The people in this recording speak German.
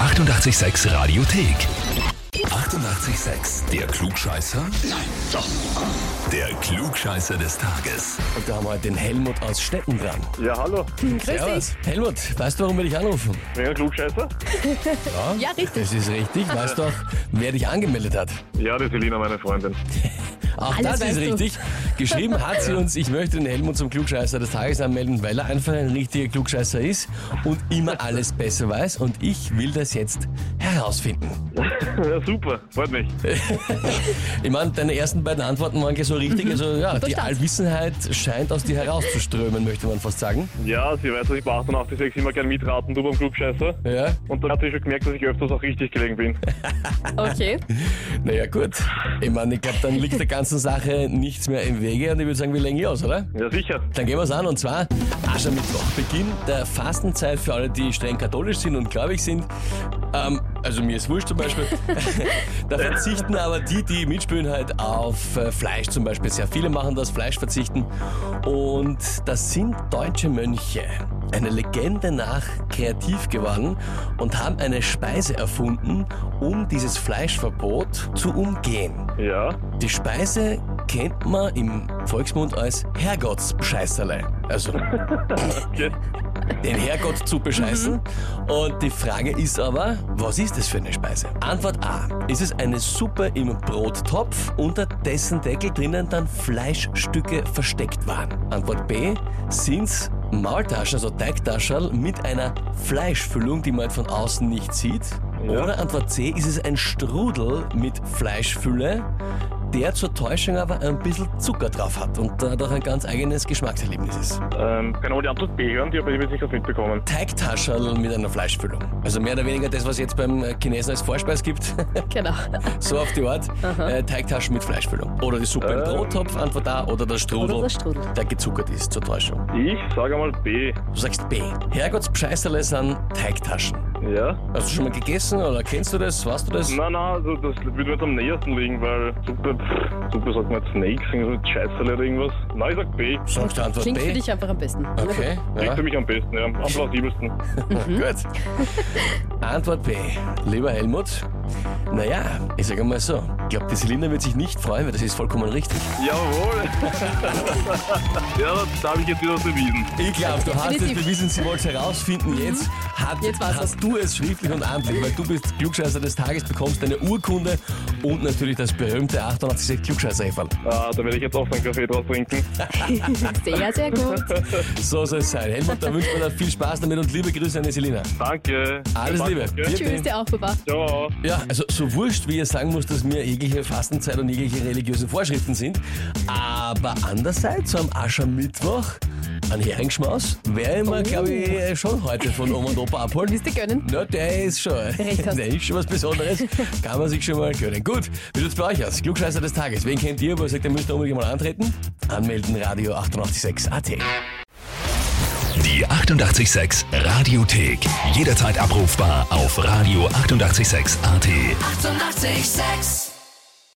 886 Radiothek. 88,6. Der Klugscheißer? Nein, doch. Der Klugscheißer des Tages. Und da haben wir heute den Helmut aus Stetten dran. Ja, hallo. Servus. Helmut, weißt du, warum wir dich anrufen? Wer ein Klugscheißer? Ja, richtig. Das ist richtig. Weißt du auch, wer dich angemeldet hat? Ja, das ist Elina, meine Freundin. Auch das Alles ist weißt du. richtig. Geschrieben hat sie uns, ich möchte den Helmut zum Klugscheißer des Tages anmelden, weil er einfach ein richtiger Klugscheißer ist und immer alles besser weiß. Und ich will das jetzt herausfinden. Ja, super, freut mich. Ich meine, deine ersten beiden Antworten waren ja so Mhm. richtig. Also ja, die Verstand. Allwissenheit scheint aus dir herauszuströmen, möchte man fast sagen. Ja, sie weiß, dass ich bei 88,6 um immer gern mitraten, du beim Klugscheißer. Ja, Und dann hat sie schon gemerkt, dass ich öfters auch richtig gelegen bin. Okay. naja gut. Ich meine, ich glaube, dann liegt der ganzen Sache nichts mehr im Wege und ich würde sagen, wir legen hier aus, oder? Ja, sicher. Dann gehen wir es an und zwar Aschermittwoch, Beginn der Fastenzeit für alle, die streng katholisch sind und gläubig sind. Ähm, also mir ist wurscht zum Beispiel. da verzichten aber die, die mitspielen, halt auf äh, Fleisch zum Beispiel. Sehr viele machen das, Fleisch verzichten. Und das sind deutsche Mönche. Eine Legende nach kreativ geworden und haben eine Speise erfunden, um dieses Fleischverbot zu umgehen. Ja, Die Speise kennt man im Volksmund als Herrgottsscheißerle. Also okay. Mhm. den Herrgott zu bescheißen. Und die Frage ist aber, was ist das für eine Speise? Antwort A. Ist es eine Suppe im Brottopf, unter dessen Deckel drinnen dann Fleischstücke versteckt waren? Antwort B. Sind's Maultaschen, also Teigtaschen mit einer Fleischfüllung, die man halt von außen nicht sieht? Ja. Oder Antwort C. Ist es ein Strudel mit Fleischfülle? Der zur Täuschung aber ein bisschen Zucker drauf hat und dadurch ein ganz eigenes Geschmackserlebnis ist. Ähm, kann aber die Antwort B hören, die habe ich jetzt nicht ganz mitbekommen. Teigtascherl mit einer Fleischfüllung. Also mehr oder weniger das, was jetzt beim äh, Chinesen als Vorspeis gibt. Genau. so auf die Art. Äh, Teigtaschen mit Fleischfüllung. Oder die Suppe im Ähm. Brottopf, Antwort A. Oder der Strudel, Äh. Oder der Strudel. der gezuckert ist zur Täuschung. Ich sage mal B. Du sagst B. Herrgottsbescheißerle sind Teigtaschen. Ja? Hast du schon mal gegessen oder kennst du das? Weißt du das? Na, na, also das würde mir jetzt am nähersten liegen, weil Suppe, pff, Suppe sagt man jetzt nichts, irgendwas Scheißerle oder irgendwas. Nein, ich sag B. Sagst du Antwort Klingt B? für dich einfach am besten. Okay. Klingt Ja. für mich am besten, ja. Am plausibelsten. Gut. Antwort B. Lieber Helmut, naja, ich sage mal so. Ich glaube, die Selina wird sich nicht freuen, weil das ist vollkommen richtig. Jawohl. ja, da habe ich jetzt wieder was bewiesen. Ich glaube, du hast es Definitiv. Mhm. bewiesen, sie wollte herausfinden. Jetzt, hat, Jetzt war's hast du es schriftlich und amtlich, weil du bist Klugscheißer des Tages, bekommst deine Urkunde und natürlich das berühmte 88 klugscheißer -Häferl. Ah, da werde ich jetzt auch einen Kaffee draus trinken. Sehr, sehr gut. So soll es sein. Helmut, da wünscht man dir viel Spaß damit und liebe Grüße an die Selina. Danke. Alles Danke. Liebe. Tschüss. Tschüss, dir auch, Baba. Ciao. Ja, also so wurscht, wie ihr sagen muss, dass mir jegliche Fastenzeit und jegliche religiösen Vorschriften sind. Aber andererseits, so am Aschermittwoch, an Heringsschmaus, wäre ich mir, glaube ich, eh schon heute von Oma und Opa abholen. Oh. Willst du gönnen? Na, der ist schon. Recht hast. Der ist schon was Besonderes. Kann man sich schon mal gönnen. Gut, wie schaut's bei euch aus? Klugscheißer des Tages. Wen kennt ihr, wo ihr sagt, ihr müsst da unbedingt mal antreten? Anmelden, Radio 886 AT. Die 88,6 Radiothek. Jederzeit abrufbar auf radio886.at. 88,6. 886